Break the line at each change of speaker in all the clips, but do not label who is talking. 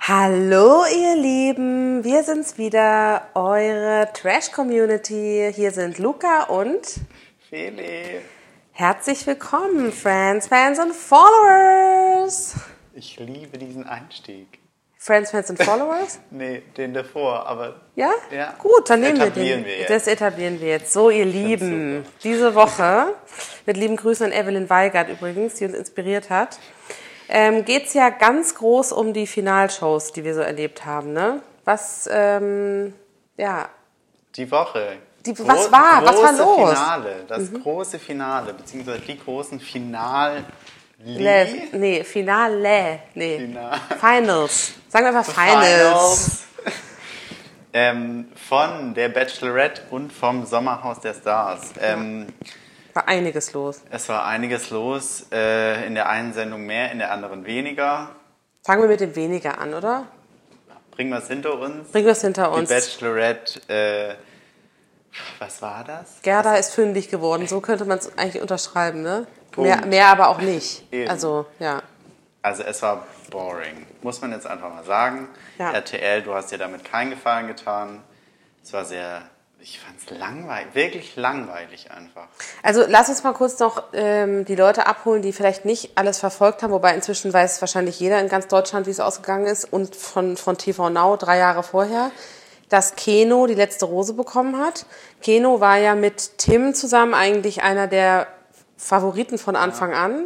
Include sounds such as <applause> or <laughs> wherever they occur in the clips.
Hallo ihr Lieben, wir sind's wieder, eure Trash Community. Hier sind Luca und
Fele.
herzlich willkommen, Friends, Fans und Followers.
Ich liebe diesen Einstieg.
Friends, Fans und
<laughs>
Followers?
Nee, den davor, aber
Ja?
Ja.
Gut, dann nehmen wir den.
Etablieren wir jetzt.
Das etablieren wir jetzt. So, ihr Lieben, diese Woche, mit lieben Grüßen an Evelyn Weigert übrigens, die uns inspiriert hat, ähm, geht's ja ganz groß um die Finalshows, die wir so erlebt haben. Ne? Was, ähm, ja,
die Woche.
Die- was war? Was war los?
große
Mhm.
Finale, das große Finale, beziehungsweise die großen Final.
Le, nee, Finale, nee.
Final.
Finals. Sagen wir einfach Finals.
<laughs> ähm, von der Bachelorette und vom Sommerhaus der Stars. Ähm,
War einiges los.
Es war einiges los, äh, in der einen Sendung mehr, in der anderen weniger.
Fangen wir mit dem weniger an, oder?
Bringen wir es hinter uns.
Bringen wir es hinter
Die
uns.
Bachelorette, äh, was war das?
Gerda ist fündig geworden, so könnte man es eigentlich unterschreiben, ne?
Punkt.
Mehr, mehr aber auch nicht.
Eben.
Also, ja.
Also es war boring, muss man jetzt einfach mal sagen.
Ja.
RTL, du hast dir damit keinen Gefallen getan. Es war sehr, ich fand es langweilig, wirklich langweilig einfach.
Also lass uns mal kurz noch ähm, die Leute abholen, die vielleicht nicht alles verfolgt haben, wobei inzwischen weiß wahrscheinlich jeder in ganz Deutschland, wie es ausgegangen ist und von, von TV Now drei Jahre vorher, dass Keno die letzte Rose bekommen hat. Keno war ja mit Tim zusammen eigentlich einer der Favoriten von Anfang an.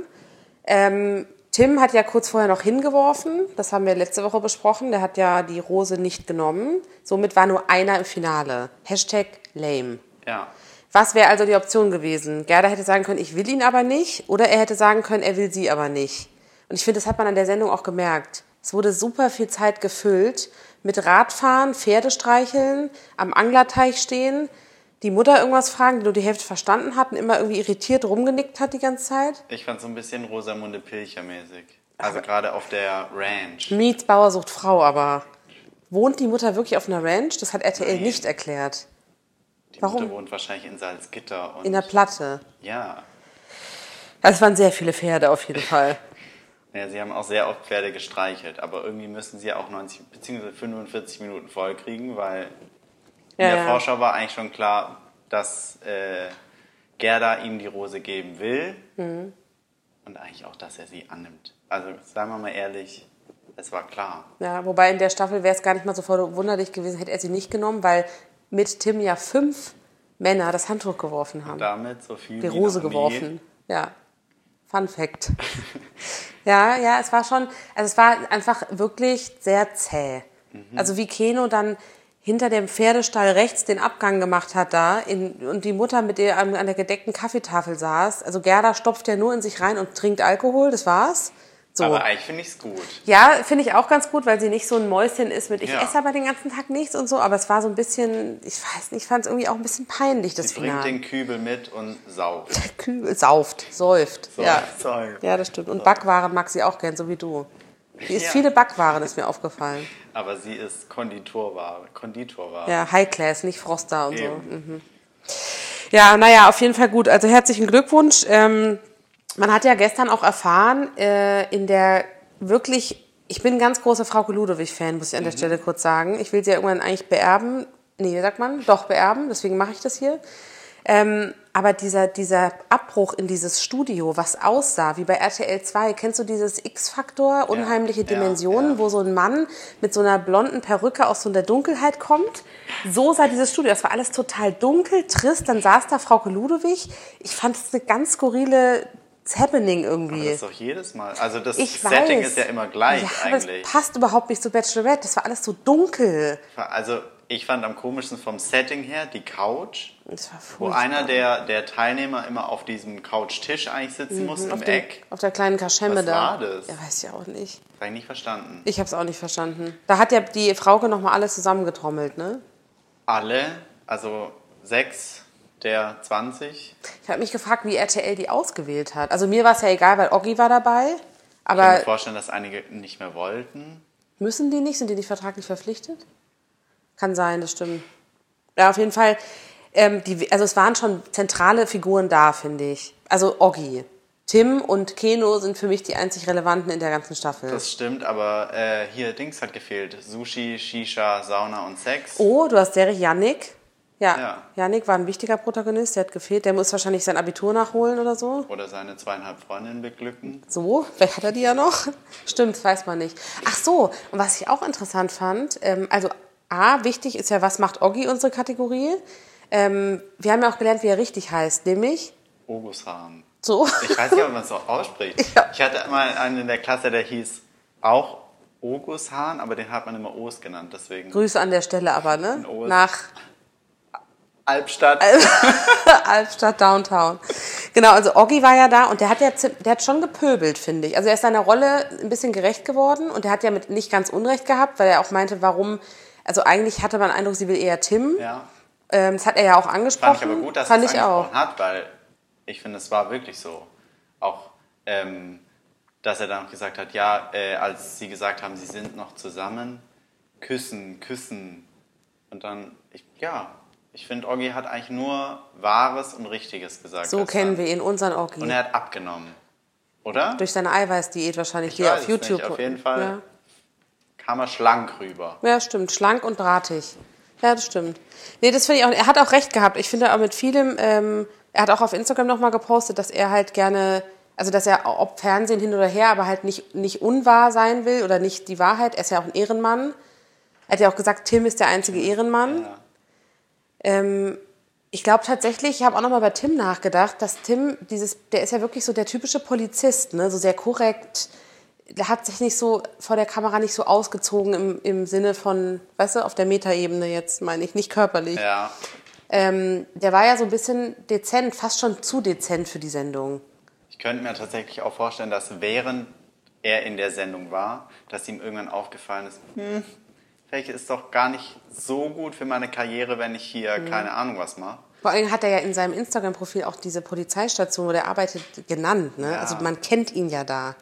Ähm, Tim hat ja kurz vorher noch hingeworfen, das haben wir letzte Woche besprochen, der hat ja die Rose nicht genommen. Somit war nur einer im Finale. Hashtag lame.
Ja,
Was wäre also die Option gewesen? Gerda hätte sagen können, ich will ihn aber nicht, oder er hätte sagen können, er will sie aber nicht. Und ich finde, das hat man an der Sendung auch gemerkt. Es wurde super viel Zeit gefüllt mit Radfahren, Pferdestreicheln, am Anglerteich stehen, die Mutter irgendwas fragen, die nur die Hälfte verstanden hat und immer irgendwie irritiert rumgenickt hat die ganze Zeit.
ich fand es so ein bisschen Rosamunde Pilcher mäßig. Also gerade auf der Ranch.
Mietz Bauer sucht Frau, aber wohnt die Mutter wirklich auf einer Ranch? Das hat RTL
Nein.
nicht erklärt.
Die
Warum?
Mutter wohnt wahrscheinlich in Salzgitter. Und,
In der Platte.
ja.
Also es waren sehr viele Pferde auf jeden Fall.
Ja, sie haben auch sehr oft Pferde gestreichelt, aber irgendwie müssen sie ja auch 90 bzw. 45 Minuten voll kriegen, weil in
Ja,
der
ja.
Vorschau war eigentlich schon klar, dass äh, Gerda ihm die Rose geben will
Mhm.
und eigentlich auch, dass er sie annimmt. Also seien wir mal ehrlich, es war klar.
Ja, wobei in der Staffel wäre es gar nicht mal so verwunderlich gewesen, hätte er sie nicht genommen, weil mit Tim ja fünf Männer das Handtuch geworfen haben.
Damit so viel
die
wie
Rose
noch nie.
geworfen. Ja. Fun Fact. <laughs> ja, ja, es war schon, also es war einfach wirklich sehr zäh.
Mhm.
Also wie Keno dann hinter dem Pferdestall rechts den Abgang gemacht hat da in, und die Mutter mit ihr an, an der gedeckten Kaffeetafel saß. Also Gerda stopft ja nur in sich rein und trinkt Alkohol, das war's. So.
<laughs> Aber eigentlich finde ich es gut.
Ja, finde ich auch ganz gut, weil sie nicht so ein Mäuschen ist mit ich
Ja.
esse aber den ganzen Tag nichts und so. Aber es war so ein bisschen, ich weiß nicht, ich fand es irgendwie auch ein bisschen peinlich, das
Sie bringt
Finale.
den Kübel mit und saugt.
Kübel sauft, säuft. Ja.
<laughs> Säuft.
ja, das stimmt. Und Backwaren mag sie auch gern, so wie du. Die ist
Ja.
viele Backwaren, ist mir aufgefallen.
Aber sie ist Konditorware. Konditorware.
Ja, High Class, nicht Froster und so. Mhm.
Eben.
Ja, naja, auf jeden Fall gut. Also herzlichen Glückwunsch. Ähm, man hat ja gestern auch erfahren, äh, in der wirklich, ich bin ein ganz großer Frauke Ludowig-Fan, muss ich an
Mhm.
der Stelle kurz sagen. Ich will sie ja irgendwann eigentlich beerben. Nee, wie sagt man? Doch, beerben. Deswegen mache ich das hier. Ähm, aber dieser, dieser Abbruch in dieses Studio, was aussah wie bei RTL 2, kennst du dieses X-Faktor, unheimliche
ja,
Dimensionen,
ja.
wo so ein Mann mit so einer blonden Perücke aus so einer Dunkelheit kommt? So sah dieses Studio. Das war alles total dunkel, trist. Dann saß da Frauke Ludewig. Ich fand es eine ganz skurrile Happening irgendwie.
Das ist doch jedes Mal. Also das
Ich
Setting
weiß.
ist ja immer gleich
ja, aber
eigentlich.
es passt überhaupt nicht zu Bachelorette. Das war alles so dunkel.
Also ich fand am komischsten vom Setting her die Couch,
Das war
wo
furchtbar.
einer der, der Teilnehmer immer auf diesem Couchtisch eigentlich sitzen muss im
Mhm, auf, dem,
Eck.
auf der kleinen Kaschemme
Was
da.
war das?
Ja, weiß ich auch nicht.
Das hab ich nicht verstanden.
Ich habe es auch nicht verstanden. Da hat ja die Frauke nochmal alles zusammengetrommelt, ne?
Alle, also sechs der 20.
Ich habe mich gefragt, wie RTL die ausgewählt hat. Also mir war es ja egal, weil Oggi war dabei.
Ich kann mir
Aber
vorstellen, dass einige nicht mehr wollten.
müssen die nicht? Sind die nicht vertraglich verpflichtet? Kann sein, das stimmt. Ja, auf jeden Fall. Ähm, die, also es waren schon zentrale Figuren da, finde ich. Also Oggi. Tim und Keno sind für mich die einzig relevanten in der ganzen Staffel.
Das stimmt, aber äh, hier Dings hat gefehlt. Sushi, Shisha, Sauna und Sex.
oh, du hast Derek Yannick. Ja,
Ja.
Yannick war ein wichtiger Protagonist, der hat gefehlt. Der muss wahrscheinlich sein Abitur nachholen oder so.
Oder seine zweieinhalb Freundinnen beglücken.
So, vielleicht hat er die ja noch. Stimmt, weiß man nicht. Ach so, und was ich auch interessant fand, ähm, also A, wichtig ist ja, was macht Oggi, unsere Kategorie. Ähm, wir haben ja auch gelernt, wie er richtig heißt, nämlich
Ogushahn.
so. <laughs>
Ich weiß nicht, ob man es so ausspricht.
Ja.
Ich hatte mal einen in der Klasse, der hieß auch Ogushahn, aber den hat man immer Os genannt. Deswegen
Grüße an der Stelle aber, ne?
Ohr.
Nach
Albstadt.
Albstadt Downtown. Genau, also Oggi war ja da und der hat ja zi- der hat schon gepöbelt, finde ich. Also er ist seiner Rolle ein bisschen gerecht geworden und er hat ja mit nicht ganz Unrecht gehabt, weil er auch meinte, warum, also eigentlich hatte man den Eindruck, sie will eher Tim.
ja.
Ähm, das hat er ja auch angesprochen.
Fand ich aber gut, dass
Fand
es
ich auch.
angesprochen hat, weil ich finde, es war wirklich so. Auch, ähm, dass er dann auch gesagt hat, ja, äh, als sie gesagt haben, sie sind noch zusammen, küssen, küssen. Und dann, ich, ja, ich finde, Oggi hat eigentlich nur Wahres und Richtiges gesagt.
So kennen wir ihn, unseren Oggi.
ne? Und er hat abgenommen, oder?
Durch seine Eiweißdiät wahrscheinlich, die
weiß
er auf
es nicht,
YouTube.
auf jeden Fall. Kam er schlank rüber.
Ja. ja, stimmt. Schlank und drahtig. Ja, das stimmt. Nee, das finde ich auch. Er hat auch recht gehabt. Ich finde auch mit vielem, ähm, er hat auch auf Instagram nochmal gepostet, dass er halt gerne, also dass er, ob Fernsehen hin oder her, aber halt nicht, nicht unwahr sein will oder nicht die Wahrheit. Er ist ja auch ein Ehrenmann. Er hat ja auch gesagt, Tim ist der einzige Ehrenmann.
Ja.
Ähm, ich glaube tatsächlich, ich habe auch nochmal bei Tim nachgedacht, dass Tim, dieses, der ist ja wirklich so der typische Polizist, ne? so sehr korrekt. Der hat sich nicht so vor der Kamera nicht so ausgezogen im, im Sinne von, weißt du, auf der Metaebene jetzt meine ich, nicht körperlich.
ja.
Ähm, der war ja so ein bisschen dezent, fast schon zu dezent für die Sendung.
Ich könnte mir tatsächlich auch vorstellen, dass während er in der Sendung war, dass ihm irgendwann aufgefallen ist, hm, vielleicht ist doch gar nicht so gut für meine Karriere, wenn ich hier
Hm.
keine Ahnung was mache.
Vor allem hat er ja in seinem Instagram-Profil auch diese Polizeistation, wo er arbeitet, genannt. Ne?
Ja.
Also man kennt ihn ja da.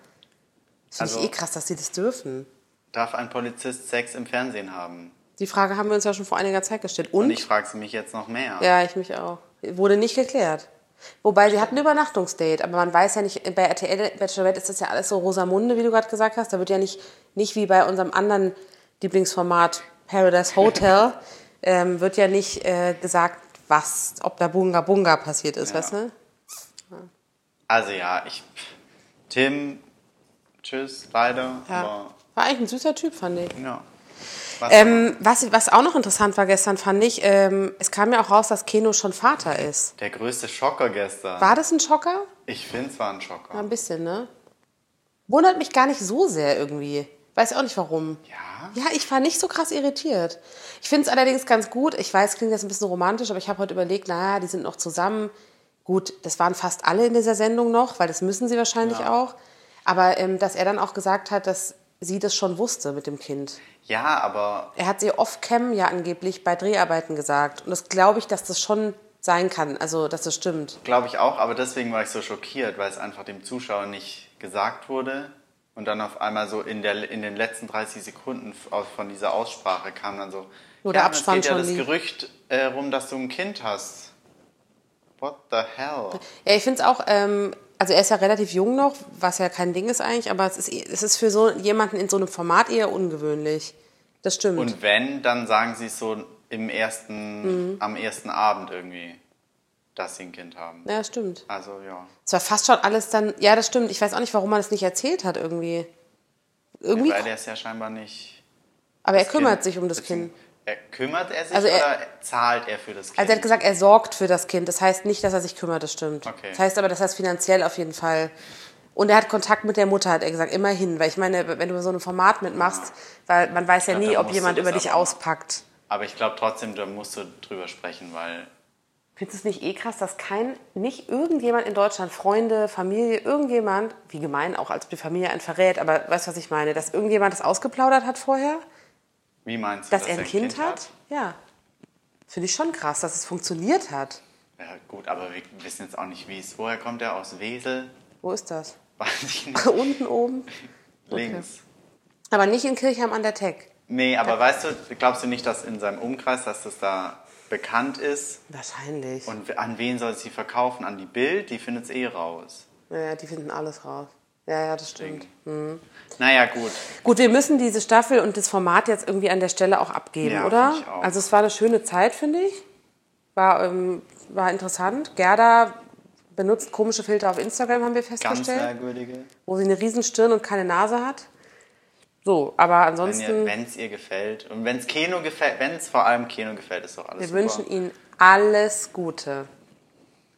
Das finde ich
Also-
eh krass, dass sie das dürfen.
Darf ein Polizist Sex im Fernsehen haben?
Die Frage haben wir uns ja schon vor einiger Zeit gestellt. Und,
Und ich frage sie mich jetzt noch mehr.
Ja, ich mich auch. Wurde nicht geklärt. Wobei, sie hatten ein Übernachtungsdate, aber man weiß ja nicht, bei RTL Bachelorette ist das ja alles so Rosamunde, wie du gerade gesagt hast. Da wird ja nicht, nicht wie bei unserem anderen Lieblingsformat Paradise Hotel,
<laughs>
ähm, wird ja nicht äh, gesagt, was, ob da Bunga Bunga passiert ist,
Ja.
weißt du?
Also ja, ich. Tim, tschüss, leider.
Ja.
Ja. Aber,
War eigentlich ein süßer Typ, fand ich.
ja. Was
Ähm, was, was auch noch interessant war gestern, fand ich, ähm, es kam ja auch raus, dass Keno schon Vater ist.
der größte Schocker gestern.
War das ein Schocker?
Ich finde, es war ein
Ja,
Schocker.
ein bisschen, ne? Wundert mich gar nicht so sehr irgendwie. Weiß auch nicht warum.
Ja?
Ja, ich war nicht so krass irritiert. Ich finde es allerdings ganz gut. Ich weiß, klingt jetzt ein bisschen romantisch, aber ich habe heute überlegt, naja, die sind noch zusammen. Gut, das waren fast alle in dieser Sendung noch, weil das müssen sie wahrscheinlich
Ja.
auch. Aber ähm, dass er dann auch gesagt hat, dass sie das schon wusste mit dem Kind.
Ja, aber
Er hat sie off-cam ja angeblich bei Dreharbeiten gesagt. Und das glaube ich, dass das schon sein kann, also dass das stimmt.
Glaube ich auch, aber deswegen war ich so schockiert, weil es einfach dem Zuschauer nicht gesagt wurde. Und dann auf einmal so in, der, in den letzten 30 Sekunden f- aus- von dieser Aussprache kam dann so:
Nur der
"Ja, es
Abspann
geht ja
schon
das
lief."
Gerücht äh, rum, dass du ein Kind hast. What the hell?
Ja, ich finde es auch, ähm, also er ist ja relativ jung noch, was ja kein Ding ist eigentlich, aber es ist, es ist für so jemanden in so einem Format eher ungewöhnlich. Das stimmt.
Und wenn, dann sagen sie es so im
Mhm.
ersten, am ersten Abend irgendwie, dass sie ein Kind haben.
ja, stimmt.
Also ja.
Es war fast schon alles dann, ja, das stimmt. Ich weiß auch nicht, warum man das nicht erzählt hat irgendwie. Irgendwie,
Weil der ist ja scheinbar nicht.
aber er
das
kümmert
Kind-
sich um das Kind.
Er kümmert er sich
Also er-
oder zahlt er für das Kind?
Also er hat gesagt, er sorgt für das Kind. Das heißt nicht, dass er sich kümmert, das stimmt.
Okay.
Das heißt aber, dass er es finanziell auf jeden Fall. Und er hat Kontakt mit der Mutter, hat er gesagt, immerhin. Weil ich meine, wenn du so ein Format mitmachst, weil man weiß ja
glaub,
nie,
da
ob
musst
jemand
du
über
das
dich
aber machen.
auspackt.
Aber ich glaube trotzdem, da musst du drüber sprechen, weil
Findest du es nicht eh krass, dass kein, nicht irgendjemand in Deutschland, Freunde, Familie, irgendjemand, wie gemein auch, als ob die Familie einen verrät, aber weißt du, was ich meine, dass irgendjemand das ausgeplaudert hat vorher,
Wie meinst du,
dass er ein Kind, hat? Ja. Finde ich schon krass, dass es funktioniert hat.
Ja, gut, aber wir wissen jetzt auch nicht, wie es. Woher kommt er? Aus Wesel? <laughs>
Wo ist das? <laughs>
Weiß ich nicht.
Unten oben?
Links.
Aber nicht in Kirchheim an der Tech.
Nee, aber weißt du, glaubst du nicht, dass in seinem Umkreis, dass das da bekannt ist?
Wahrscheinlich.
Und an wen soll es sie verkaufen? An die Bild? Die findet es eh raus.
Naja, die finden alles raus. Ja, ja, das stimmt.
Naja, gut.
Gut, wir müssen diese Staffel und das Format jetzt irgendwie an der Stelle auch abgeben,
Ja,
oder?
finde ich auch.
Also es war eine schöne Zeit, finde ich. War, ähm, war interessant. Gerda benutzt komische Filter auf Instagram, haben wir
Ganz
festgestellt,
merkwürdige.
wo sie eine Riesenstirn und keine Nase hat. So, aber
Wenn
ansonsten,
ihr- wenn's ihr gefällt. Und wenn's Keno gefällt, wenn's vor allem Keno gefällt, ist doch alles
wir
super.
wünschen ihnen alles Gute.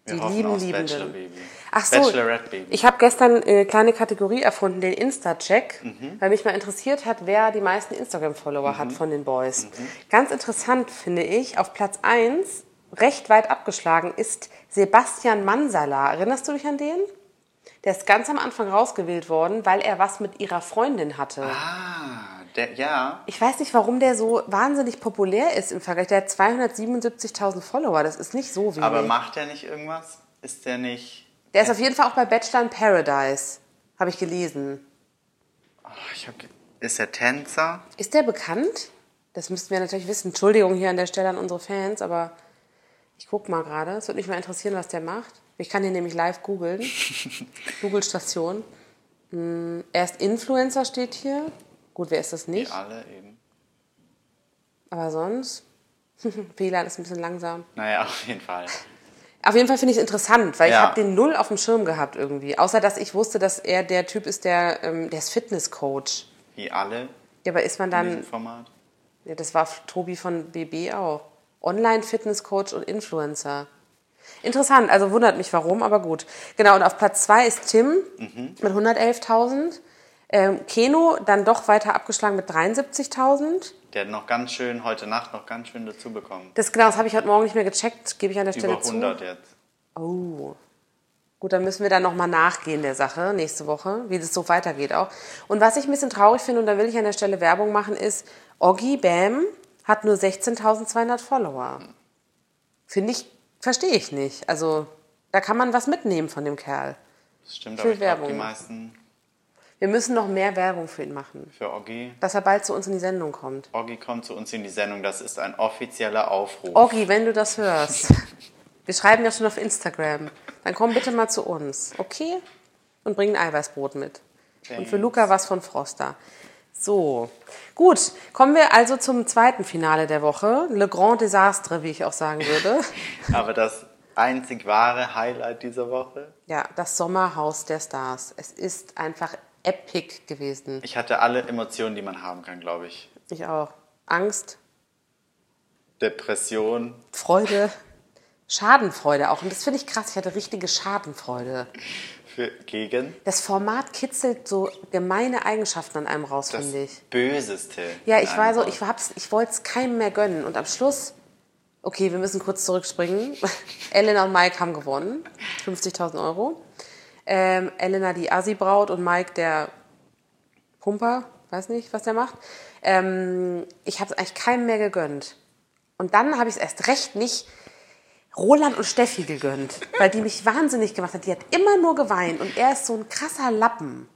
Wir
die
hoffen
lieben
aufs
Liebenden.
Bachelor Baby.
Ach so,
Bachelorette Baby.
ich habe gestern eine kleine Kategorie erfunden, den Insta-Check,
Mhm.
weil mich mal interessiert hat, wer die meisten Instagram-Follower hat von den Boys.
Mhm.
Ganz interessant finde ich, auf Platz 1, recht weit abgeschlagen, ist Sebastian Mansala. Erinnerst du dich an den? Der ist ganz am Anfang rausgewählt worden, weil er was mit ihrer Freundin hatte.
ah, der, ja.
Ich weiß nicht, warum der so wahnsinnig populär ist im Vergleich. Der hat 277.000 Follower, das ist nicht so wenig.
Aber macht der nicht irgendwas? Ist der nicht.
Der ist auf jeden Fall auch bei Bachelor in Paradise, habe ich gelesen.
Oh, ich hab, ge- ist der Tänzer?
Ist der bekannt? Das müssten wir natürlich wissen. Entschuldigung hier an der Stelle an unsere Fans, aber ich guck mal gerade. Es würde mich mal interessieren, was der macht. Ich kann den nämlich live googeln. Google-Station. Hm, Er ist Influencer, steht hier. Gut, wer ist das
Die
nicht?
alle eben.
Aber sonst. <laughs> WLAN ist ein bisschen langsam.
Naja, <laughs> auf jeden Fall.
Auf jeden Fall finde ich es interessant, weil ich
Ja.
habe den null auf dem Schirm gehabt irgendwie. Außer, dass ich wusste, dass er der Typ ist, der, ähm, der ist Fitnesscoach.
Wie alle
Ja, aber ist man
in
dann
diesem Format.
Ja, das war Tobi von BB auch. Online-Fitness-Coach und Influencer. Interessant, also wundert mich warum, aber gut. Genau, und auf Platz zwei ist Tim mit 111.000. Ähm, Keno dann doch weiter abgeschlagen mit 73.000.
Der hat noch ganz schön, heute Nacht noch ganz schön dazu bekommen.
Das genau, das habe ich heute Morgen nicht mehr gecheckt, gebe ich an der Stelle
Über 100
zu.
jetzt.
Oh. Gut, dann müssen wir dann nochmal nachgehen der Sache nächste Woche, wie das so weitergeht auch. Und was ich ein bisschen traurig finde, und da will ich an der Stelle Werbung machen, ist, Oggi Bam hat nur 16.200 Follower. Finde ich, verstehe ich nicht. Also, da kann man was mitnehmen von dem Kerl.
Das stimmt,
Viel
aber ich glaube, die
Werbung.
meisten
Wir müssen noch mehr Werbung für ihn machen,
für Oggi.
dass er bald zu uns in die Sendung kommt.
Oggi kommt zu uns in die Sendung. Das ist ein offizieller Aufruf.
Oggi, wenn du Oh, das <laughs> hörst, wir schreiben ja schon auf Instagram, dann komm bitte mal zu uns, okay? Und bring ein Eiweißbrot mit. Und für
Thanks.
Luca was von Froster. So, gut, kommen wir also zum zweiten Finale der Woche. Le Grand Désastre, wie ich auch sagen
<laughs>
würde.
Aber das einzig wahre Highlight dieser Woche.
Ja, das Sommerhaus der Stars. Es ist einfach epic gewesen.
Ich hatte alle Emotionen, die man haben kann, glaube ich.
Ich auch. Angst,
Depression.
Freude, Schadenfreude auch. Und das finde ich krass. Ich hatte richtige Schadenfreude.
Für, gegen
Das Format kitzelt so gemeine Eigenschaften an einem raus,
das
finde ich.
Böseste.
Ja,
in
ich
einem
war so,
Haus.
ich, hab's- ich wollte es keinem mehr gönnen. Und am Schluss, okay, wir müssen kurz zurückspringen. <laughs> Elena und Mike haben gewonnen. 50.000 Euro. Ähm, Elena die Asi-Braut und Mike der Pumper. Weiß nicht, was der macht. Ähm, ich habe es eigentlich keinem mehr gegönnt. Und dann habe ich es erst recht nicht Roland und Steffi gegönnt, weil die mich wahnsinnig gemacht hat. Die hat immer nur geweint und er ist so ein krasser Lappen.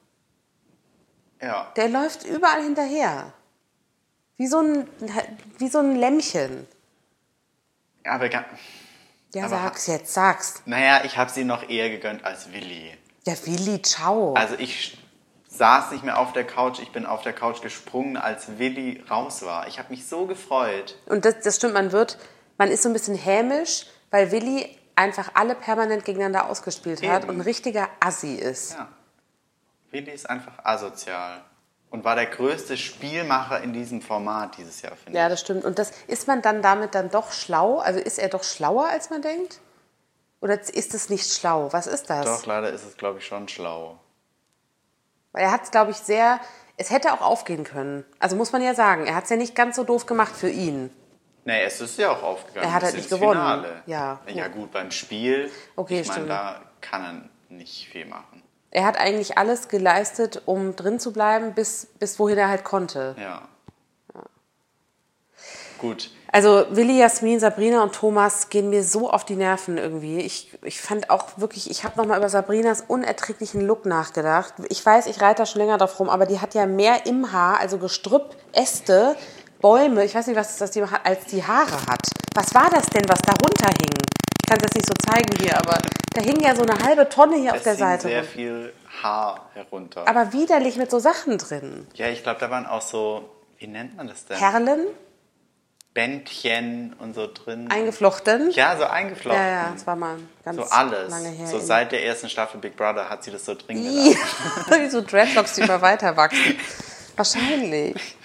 Ja,
Der läuft überall hinterher. Wie so ein, wie so ein Lämmchen.
aber ga-
Ja,
Aber-
sag's jetzt, sag's.
naja, ich habe sie noch eher gegönnt als Willi.
Ja, Willi, ciao.
Also ich sch- saß nicht mehr auf der Couch, ich bin auf der Couch gesprungen, als Willi raus war. Ich habe mich so gefreut.
Und das, das stimmt, man wird, man ist so ein bisschen hämisch, weil Willi einfach alle permanent gegeneinander ausgespielt hat
Eben.
und ein richtiger Assi ist.
Ja. Willi ist einfach asozial. Und war der größte Spielmacher in diesem Format dieses Jahr, finde
Ja, das stimmt. Und das, ist man dann damit dann doch schlau? Also ist er doch schlauer, als man denkt? Oder ist es nicht schlau? Was ist das?
ich. Doch, leider ist es, glaube ich, schon schlau.
Weil er hat es, glaube ich, sehr. Es hätte auch aufgehen können. Also muss man ja sagen, er hat es ja nicht ganz so doof gemacht für ihn.
Nee, es ist ja auch aufgegangen.
Er hat
bis
halt nicht
ins
gewonnen.
Finale.
Ja,
Ja, gut, beim Spiel.
Okay,
ich meine,
stimmt.
da kann er nicht viel machen.
Er hat eigentlich alles geleistet, um drin zu bleiben, bis, bis wohin er halt konnte.
Ja. Gut.
Also Willi, Jasmin, Sabrina und Thomas gehen mir so auf die Nerven irgendwie. Ich, ich fand auch wirklich, ich habe nochmal über Sabrinas unerträglichen Look nachgedacht. Ich weiß, ich reite da schon länger drauf rum, aber die hat ja mehr im Haar, also Gestrüpp, Äste, Bäume, ich weiß nicht, was das die, als die Haare hat. Was war das denn, was darunter hing? kann es jetzt nicht so zeigen hier, aber da hing ja so eine halbe Tonne hier auf
Es
der
hing
Seite.
sehr
rum.
viel Haar herunter.
Aber widerlich mit so Sachen drin.
ja, ich glaube, da waren auch so, wie nennt man das denn?
Perlen,
Bändchen und so drin.
eingeflochten.
ja, so eingeflochten.
ja, ja, das war mal ganz
so alles.
lange her.
so
in-
seit der ersten Staffel Big Brother hat sie das so drin gelassen.
Ja, <laughs>
genau.
wie so Dreadlocks, die immer weiter wachsen. Wahrscheinlich.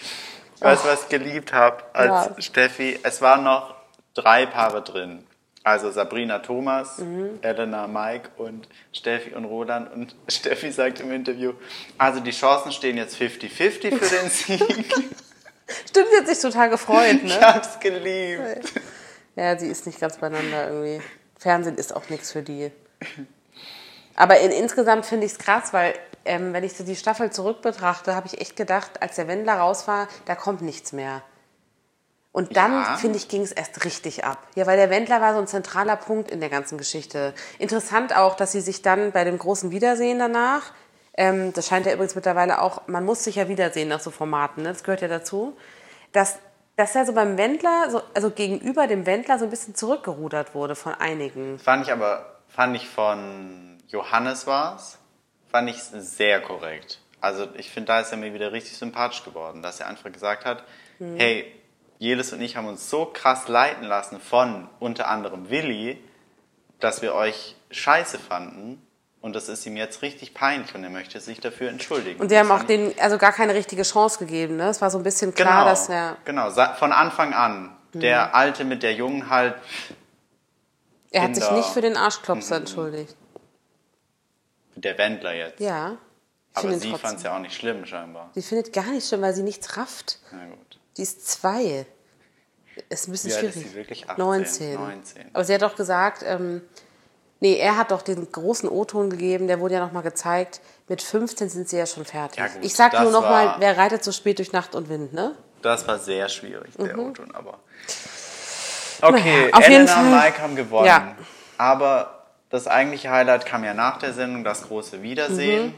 Ich weiß, was ich geliebt habe als
Ja.
Steffi. Es waren noch drei Paare drin. Also Sabrina Thomas, Elena Mike und Steffi und Roland. Und <laughs> Steffi sagt im Interview, also die Chancen stehen jetzt 50-50 für den Sieg.
Stimmt, sie hat sich total gefreut,
ich
ne?
hab's geliebt.
Ja, sie ist nicht ganz beieinander irgendwie. Fernsehen ist auch nichts für die. Aber in, insgesamt finde ich es krass, weil ähm, wenn ich so die Staffel zurückbetrachte, habe ich echt gedacht, als der Wendler raus war, da kommt nichts mehr. Und dann,
Ja.
finde ich, ging es erst richtig ab. Ja, weil der Wendler war so ein zentraler Punkt in der ganzen Geschichte. Interessant auch, dass sie sich dann bei dem großen Wiedersehen danach, ähm, das scheint ja übrigens mittlerweile auch, man muss sich ja wiedersehen nach so Formaten, ne? das gehört ja dazu, dass, dass er so beim Wendler, so, also gegenüber dem Wendler so ein bisschen zurückgerudert wurde von einigen.
Fand ich aber, fand ich von Johannes war's, fand ich sehr korrekt. Also ich finde, da ist er mir wieder richtig sympathisch geworden, dass er einfach gesagt hat,
Mhm.
hey, Jelis und ich haben uns so krass leiten lassen von unter anderem Willi, dass wir euch scheiße fanden und das ist ihm jetzt richtig peinlich und er möchte sich dafür entschuldigen.
Und sie haben
Das
auch
fand ich-
den, also gar keine richtige Chance gegeben, ne? Es war so ein bisschen klar,
genau,
dass er, Mhm.
genau, sa- von Anfang an, der Alte mit der Jungen halt,
er hat sich
Kinder.
nicht für den
Mhm.
Arschklopser entschuldigt.
der Wendler jetzt.
Ja. Ich
aber
finde ihn
sie
trotzdem-
fand es ja auch nicht schlimm scheinbar.
Sie findet gar nicht schlimm, weil sie nichts rafft.
Na gut.
Die ist zwei. Ist ein bisschen
Wie alt ist
schwierig.
sie wirklich? 18?
19.
19.
Aber sie hat doch gesagt, ähm, nee, er hat doch den großen O-Ton gegeben, der wurde ja nochmal gezeigt. Mit 15 sind sie ja schon fertig.
Ja, gut,
ich sag nur
das
nochmal,
war-
wer reitet so spät durch Nacht und Wind, ne?
Das war sehr schwierig, der O-Ton, aber. Okay,
Mhm. auf
Elena
jeden
und
Fall.
Mike haben gewonnen.
Ja.
Aber das eigentliche Highlight kam ja nach der Sendung, das große Wiedersehen.
Mhm.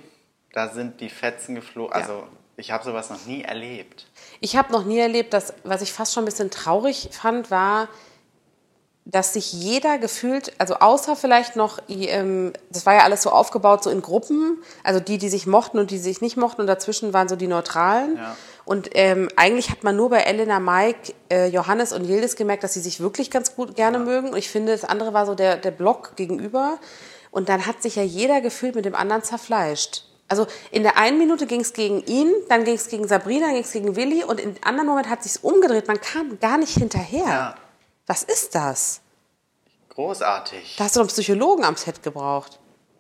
Da sind die Fetzen geflogen. Also, ich habe sowas noch nie erlebt.
Ich habe noch nie erlebt, dass, was ich fast schon ein bisschen traurig fand, war, dass sich jeder gefühlt, also außer vielleicht noch, i- ähm, das war ja alles so aufgebaut, so in Gruppen, also die, die sich mochten und die sich nicht mochten und dazwischen waren so die Neutralen.
Ja.
Und ähm, eigentlich hat man nur bei Elena, Mike, äh, Johannes und Yildiz gemerkt, dass sie sich wirklich ganz gut gerne mögen. Und ich finde, das andere war so der, der Block gegenüber. Und dann hat sich ja jeder gefühlt mit dem anderen zerfleischt. Also in der einen Minute ging es gegen ihn, dann ging es gegen Sabrina, dann ging es gegen Willi und im anderen Moment hat sich's umgedreht. Man kam gar nicht hinterher.
Ja.
Was ist das?
Großartig.
Da hast du doch einen Psychologen am Set gebraucht.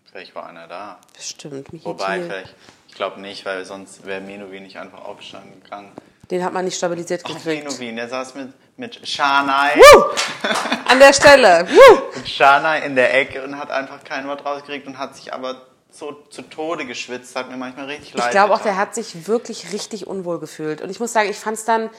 vielleicht war einer da.
Bestimmt. Michi
Wobei,
Thiel.
vielleicht, ich glaube nicht, weil sonst wäre Menowin nicht einfach aufgestanden gegangen.
Den hat man nicht stabilisiert
Auf
gekriegt.
Menowin, der saß mit, mit Shanai.
Wuh! An der Stelle. Wuh!
Shana in der Ecke und hat einfach kein Wort rausgekriegt und hat sich aber so zu Tode geschwitzt, hat mir manchmal richtig leid.
Ich glaube auch,
getan.
der hat sich wirklich richtig unwohl gefühlt. Und ich muss sagen, ich fand es dann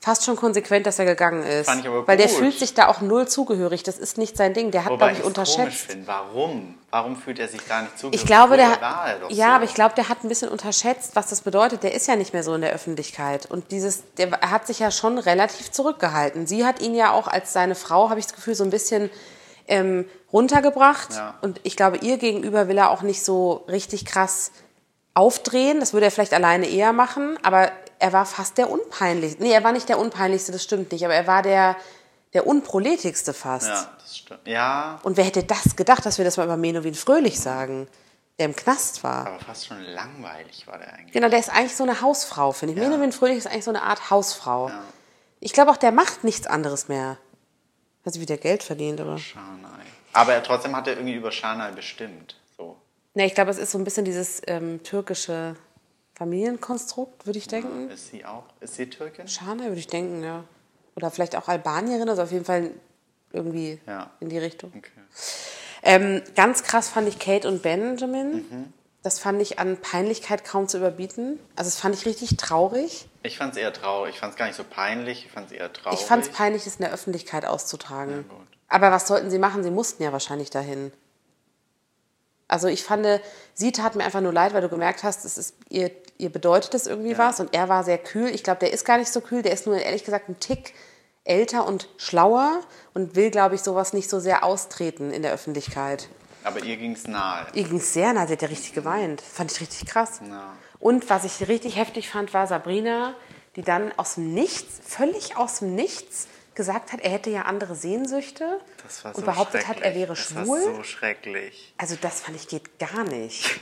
fast schon konsequent, dass er gegangen ist.
Fand ich aber
Weil der
gut.
fühlt sich da auch null zugehörig. Das ist nicht sein Ding. Der hat, glaube
Wobei
ich,
ich's komisch
unterschätzt.
finde. Warum? Warum fühlt er sich da nicht zugehörig?
Ich glaube, der
Vorher
hat,
war er doch
ja,
so.
aber ich glaube, der hat ein bisschen unterschätzt, was das bedeutet. Der ist ja nicht mehr so in der Öffentlichkeit und dieses, der er hat sich ja schon relativ zurückgehalten. Sie hat ihn ja auch als seine Frau, habe ich das Gefühl, so ein bisschen ähm, runtergebracht.
Ja.
Und ich glaube, ihr gegenüber will er auch nicht so richtig krass aufdrehen. Das würde er vielleicht alleine eher machen, aber er war fast der unpeinlichste. Nee, er war nicht der unpeinlichste, das stimmt nicht, aber er war der der unproletigste fast.
Ja, das stimmt. Ja,
Und wer hätte das gedacht, dass wir das mal über Menowin Fröhlich sagen, der im Knast war?
aber fast schon langweilig war der eigentlich.
Genau, der ist eigentlich so eine Hausfrau, finde ich.
Ja.
Menowin Fröhlich ist eigentlich so eine Art Hausfrau.
Ja.
Ich glaube auch, der macht nichts anderes mehr. Hat sie wieder Geld verdient, aber.
Shanai. Aber er, trotzdem hat er irgendwie über Shanai bestimmt. So.
Ne, ich glaube, es ist so ein bisschen dieses ähm, türkische Familienkonstrukt, würde ich denken.
Ist sie auch? Ist sie Türkin?
Schane, würde ich denken, ja. Oder vielleicht auch Albanierin, also auf jeden Fall irgendwie
Ja.
in die Richtung.
Okay.
Ähm, ganz krass fand ich Kate und Benjamin. Das fand ich an Peinlichkeit kaum zu überbieten. Also das fand ich richtig traurig.
Ich fand es eher traurig. Ich fand es gar nicht so peinlich. Ich fand es eher traurig.
Ich fand es peinlich, das in der Öffentlichkeit auszutragen.
Ja, gut.
Aber was sollten sie machen? Sie mussten ja wahrscheinlich dahin. Also ich fand, sie tat mir einfach nur leid, weil du gemerkt hast, es ist, ihr, ihr bedeutet es irgendwie was. Und er war sehr kühl. Ich glaube, der ist gar nicht so kühl. Der ist nur ehrlich gesagt ein Tick älter und schlauer und will, glaube ich, sowas nicht so sehr austreten in der Öffentlichkeit.
Aber ihr ging es nahe.
Ihr ging sehr nah, sie hat ja richtig geweint. Fand ich richtig krass.
Ja.
Und was ich richtig heftig fand, war Sabrina, die dann aus dem Nichts, völlig aus dem Nichts, gesagt hat, er hätte ja andere Sehnsüchte
Das war so
und behauptet hat, er
schrecklich.
wäre
Das
schwul.
war so schrecklich.
Also das fand ich geht gar nicht.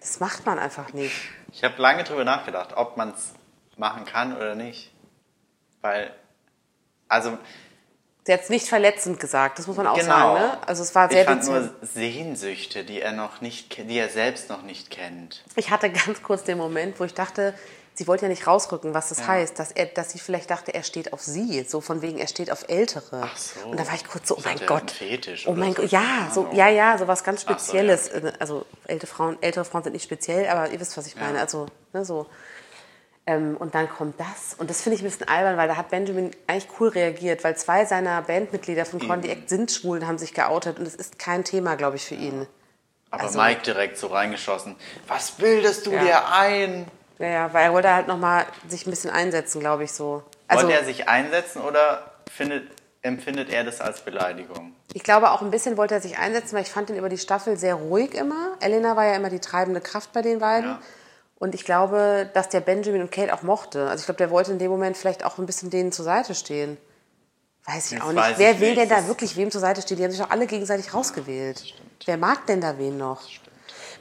Das macht man einfach nicht.
Ich habe lange drüber nachgedacht, ob man es machen kann oder nicht. Weil, also
Sie hat es nicht verletzend gesagt, das muss man auch
Genau.
sagen. Ne? Also es war sehr
ich fand
dezent.
nur Sehnsüchte, die er noch nicht, ke- die er selbst noch nicht kennt.
Ich hatte ganz kurz den Moment, wo ich dachte, sie wollte ja nicht rausrücken, was das heißt, dass, er, dass sie vielleicht dachte, er steht auf sie, so von wegen, er steht auf Ältere.
Ach so.
Und da war ich kurz so, oh
Ich
mein
dachte, er hat
Gott.
einen Fetisch
oh
oder
mein
so.
Gott, ja,
Keine
so,
Ahnung.
ja, ja, so was ganz
Ach so, ja.
Spezielles. Also ältere Frauen, ältere Frauen sind nicht speziell, aber ihr wisst, was ich meine. Also, ne, so. Ähm, und dann kommt das. Und das finde ich ein bisschen albern, weil da hat Benjamin eigentlich cool reagiert, weil zwei seiner Bandmitglieder von Condi Act sind schwul und haben sich geoutet. Und es ist kein Thema, glaube ich, für ihn.
Aber
Also-
Mike direkt so reingeschossen. Was bildest du
Ja.
dir ein?
Ja, ja, weil er wollte halt nochmal sich ein bisschen einsetzen, glaube ich, so. Also,
Wollte er sich einsetzen oder findet, empfindet er das als Beleidigung?
ich glaube, auch ein bisschen wollte er sich einsetzen, weil ich fand ihn über die Staffel sehr ruhig immer. Elena war ja immer die treibende Kraft bei den beiden.
Ja.
Und ich glaube, dass der Benjamin und Kate auch mochte. Also, ich glaube, der wollte in dem Moment vielleicht auch ein bisschen denen zur Seite stehen. Weiß ich
Das
auch nicht.
weiß
Wer
ich
will
nicht.
denn da
Das-
wirklich wem zur Seite stehen? Die haben sich doch alle gegenseitig rausgewählt. Wer mag denn da wen noch?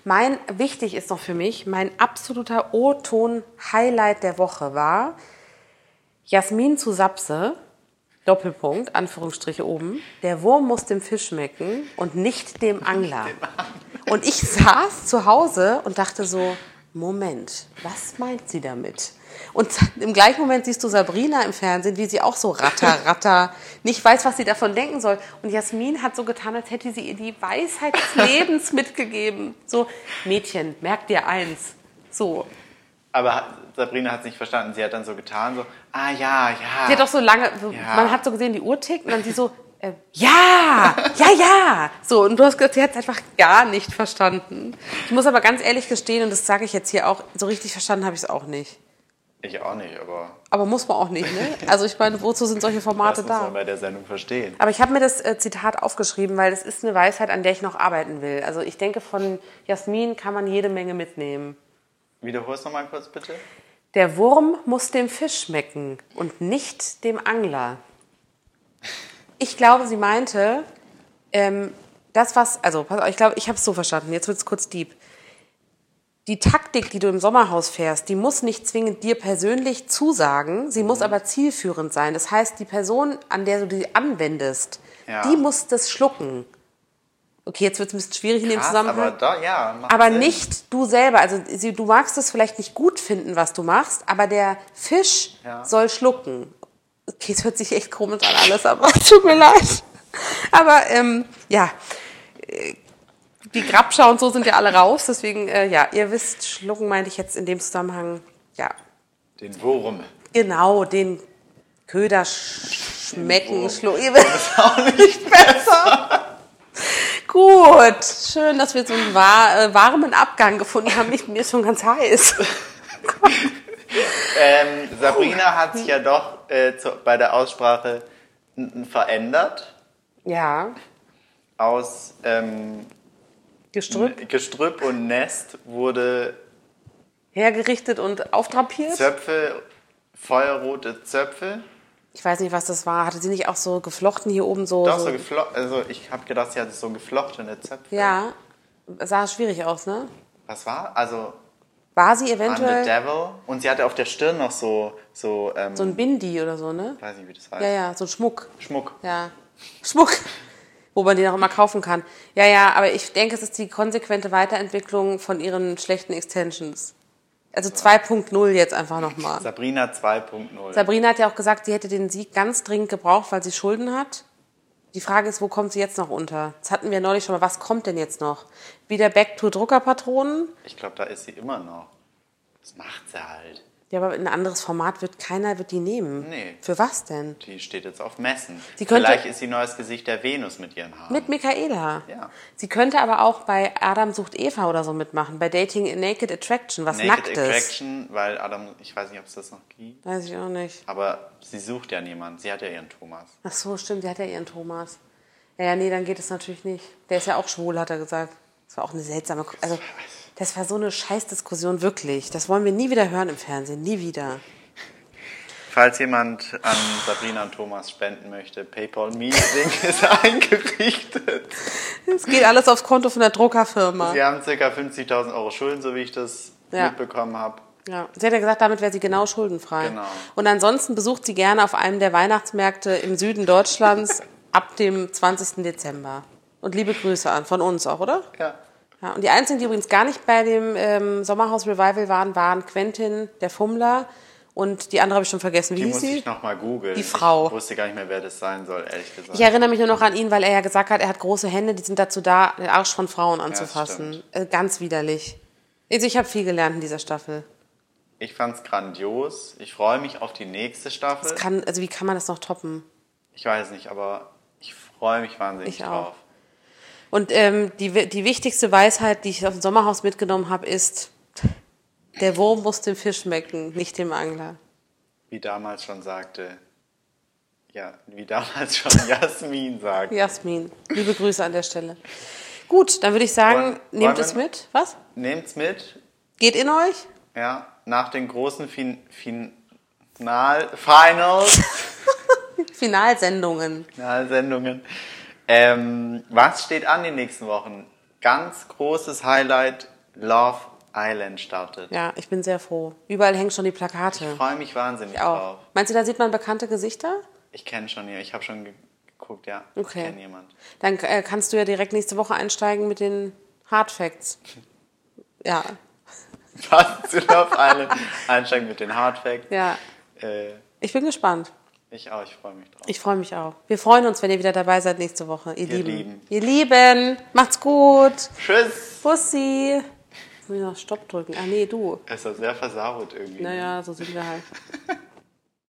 Mein, wichtig ist noch für mich, mein absoluter O-Ton-Highlight der Woche war, Jasmin zu Sapse, Doppelpunkt, Anführungsstriche oben. Der Wurm muss dem Fisch schmecken und nicht dem Angler. Und ich saß zu Hause und dachte so, Moment, was meint sie damit? Und im gleichen Moment siehst du Sabrina im Fernsehen, wie sie auch so <laughs> ratter, ratter, nicht weiß, was sie davon denken soll. Und Jasmin hat so getan, als hätte sie ihr die Weisheit des <laughs> Lebens mitgegeben. So, Mädchen, merk dir eins. So,
Aber hat- Sabrina hat es nicht verstanden. Sie hat dann so getan, so, ah ja, ja.
Sie hat doch so lange, so,
Ja.
man hat so gesehen, die Uhr tickt und dann sie so, äh, ja, ja, ja. So, und du hast gesagt, sie hat es einfach gar nicht verstanden. Ich muss aber ganz ehrlich gestehen, und das sage ich jetzt hier auch, so richtig verstanden habe ich es auch nicht.
ich auch nicht, aber
Aber muss man auch nicht, ne? Also ich meine, wozu sind solche
das
Formate
muss man
da?
bei der Sendung verstehen.
Aber ich habe mir das äh, Zitat aufgeschrieben, weil das ist eine Weisheit, an der ich noch arbeiten will. Also ich denke, von Jasmin kann man jede Menge mitnehmen.
Wiederhol es nochmal kurz, bitte.
Der Wurm muss dem Fisch schmecken und nicht dem Angler. Ich glaube, sie meinte, ähm, das was, also pass auf, ich glaube, ich habe es so verstanden, jetzt wird es kurz deep. Die Taktik, die du im Sommerhaus fährst, die muss nicht zwingend dir persönlich zusagen, sie
Mhm.
muss aber zielführend sein. Das heißt, die Person, an der du die anwendest,
Ja.
die muss das schlucken. Okay, jetzt wird es ein bisschen schwierig in dem
Krass,
Zusammenhang.
aber da, ja. macht
Aber
Sinn.
nicht du selber. Also sie, du magst es vielleicht nicht gut finden, was du machst, aber der Fisch
Ja.
soll schlucken. Okay, es hört sich echt komisch an alles, aber <laughs> tut mir leid. Aber ähm, ja, äh, die Grabscher und so sind ja alle raus. Deswegen, äh, ja, ihr wisst, schlucken meinte ich jetzt in dem Zusammenhang, ja,
Den Wurm. <laughs>
genau, den Köder sch schmecken,
Wurm.
schlucken. Ihr wisst <laughs> Gut, schön, dass wir so einen wa- äh, warmen Abgang gefunden haben. Ich, mir ist schon ganz heiß.
Ähm, Sabrina hat sich ja doch äh, zu, bei der Aussprache n- n- verändert
<laughs> Ja,
aus ähm,
gestrüpp,
N- Gestrüpp und Nest wurde
hergerichtet und aufdrapiert.
Zöpfe, feuerrote Zöpfe.
Ich weiß nicht, was das war. Hatte sie nicht auch so geflochten hier oben so?
Doch so geflochten, also ich habe gedacht, sie hatte so geflochtene Zöpfe.
ja, sah schwierig aus, ne?
Was war? Also
War sie
I'm the
eventuell
Devil. Und sie hatte auf der Stirn noch so, so, ähm,
so ein Bindi oder so, ne?
weiß nicht, wie das heißt.
Ja, ja, so ein Schmuck.
Schmuck.
Ja, Schmuck, wo man den auch immer kaufen kann. Ja, ja, aber ich denke, es ist die konsequente Weiterentwicklung von ihren schlechten Extensions. Also 2.0 jetzt einfach nochmal.
Sabrina 2.0.
Sabrina hat ja auch gesagt, sie hätte den Sieg ganz dringend gebraucht, weil sie Schulden hat. Die Frage ist, wo kommt sie jetzt noch unter? Das hatten wir neulich schon mal. Was kommt denn jetzt noch? Wieder Back to Druckerpatronen?
ich glaube, da ist sie immer noch. Das macht sie halt.
Ja, aber ein anderes Format wird keiner, wird die nehmen.
Nee.
Für was denn?
Die steht jetzt auf Messen.
Sie könnte-
Vielleicht ist sie neues Gesicht der Venus mit ihren Haaren.
Mit Michaela.
Ja.
Sie könnte aber auch bei Adam sucht Eva oder so mitmachen, bei Dating in Naked Attraction, was
Naked
nackt ist.
Attraction, weil Adam, ich weiß nicht, ob es das noch gibt.
Weiß ich auch nicht.
Aber sie sucht ja niemanden. Sie hat ja ihren Thomas.
Ach so, stimmt, sie hat ja ihren Thomas. Ja, ja, nee, dann geht es natürlich nicht. Der ist ja auch schwul, hat er gesagt. Das war auch eine seltsame. Ko- Also, das war so eine Scheißdiskussion, wirklich. Das wollen wir nie wieder hören im Fernsehen, nie wieder.
Falls jemand an Sabrina und Thomas spenden möchte, PayPal Me Link <laughs> ist eingerichtet.
Es geht alles aufs Konto von der Druckerfirma.
Sie haben ca. 50.000 Euro Schulden, so wie ich das
Ja.
mitbekommen habe.
Ja, sie hat ja gesagt, damit wäre sie genau schuldenfrei.
Genau.
Und ansonsten besucht sie gerne auf einem der Weihnachtsmärkte im Süden
<laughs>
Deutschlands ab dem 20. Dezember. Und liebe Grüße an, von uns auch, oder?
Ja.
Ja, und die einzigen, die übrigens gar nicht bei dem ähm, Sommerhaus-Revival waren, waren Quentin, der Fummler und die andere habe ich schon vergessen. Wie
Die
hieß
muss
sie?
ich nochmal googeln.
Die Frau.
Ich wusste gar nicht mehr, wer das sein soll, ehrlich gesagt.
Ich erinnere mich nur noch an ihn, weil er ja gesagt hat, er hat große Hände, die sind dazu da, den Arsch von Frauen anzufassen. äh, ganz widerlich. Also ich habe viel gelernt in dieser Staffel.
Ich fand's grandios. Ich freue mich auf die nächste Staffel.
Kann, also wie kann man das noch toppen?
Ich weiß nicht, aber ich freue mich wahnsinnig
Ich auch.
drauf.
Und ähm, die, wi- die wichtigste Weisheit, die ich aus dem Sommerhaus mitgenommen habe, ist, der Wurm muss dem Fisch schmecken, nicht dem Angler.
Wie damals schon sagte, ja, wie <laughs> damals schon Jasmin sagte.
Jasmin, liebe Grüße an der Stelle. Gut, dann würde ich sagen,
Wollen-
nehmt
wollen
es
wir-
mit. Was?
Nehmt's mit.
Geht in euch?
Ja, nach den großen fin Final Finals <laughs>
Finalsendungen.
Finalsendungen. Ähm, was steht an den nächsten Wochen? Ganz großes Highlight: Love Island startet.
Ja, ich bin sehr froh. Überall hängen schon die Plakate.
Ich freue mich wahnsinnig
Ich auch.
drauf.
Meinst du, da sieht man bekannte Gesichter?
Ich kenne schon hier, ich habe schon ge- geguckt, ja.
Okay.
Ich kenne jemand.
Dann äh, kannst du ja direkt nächste Woche einsteigen mit den Hard
<laughs>
Facts. Ja,
<laughs> Passt zu Love Island. Einsteigen mit den Hardfacts.
ja.
Äh,
Ich bin gespannt.
ich auch, ich freue mich drauf.
Ich freue mich auch. Wir freuen uns, wenn ihr wieder dabei seid nächste Woche. Ihr,
Ihr
Lieben.
Lieben.
Ihr Lieben. Macht's gut.
Tschüss!
Bussi. Jetzt muss ich noch Stopp drücken. Ah, nee, du.
Es ist sehr versaut irgendwie. ne?
Naja, so sind wir halt.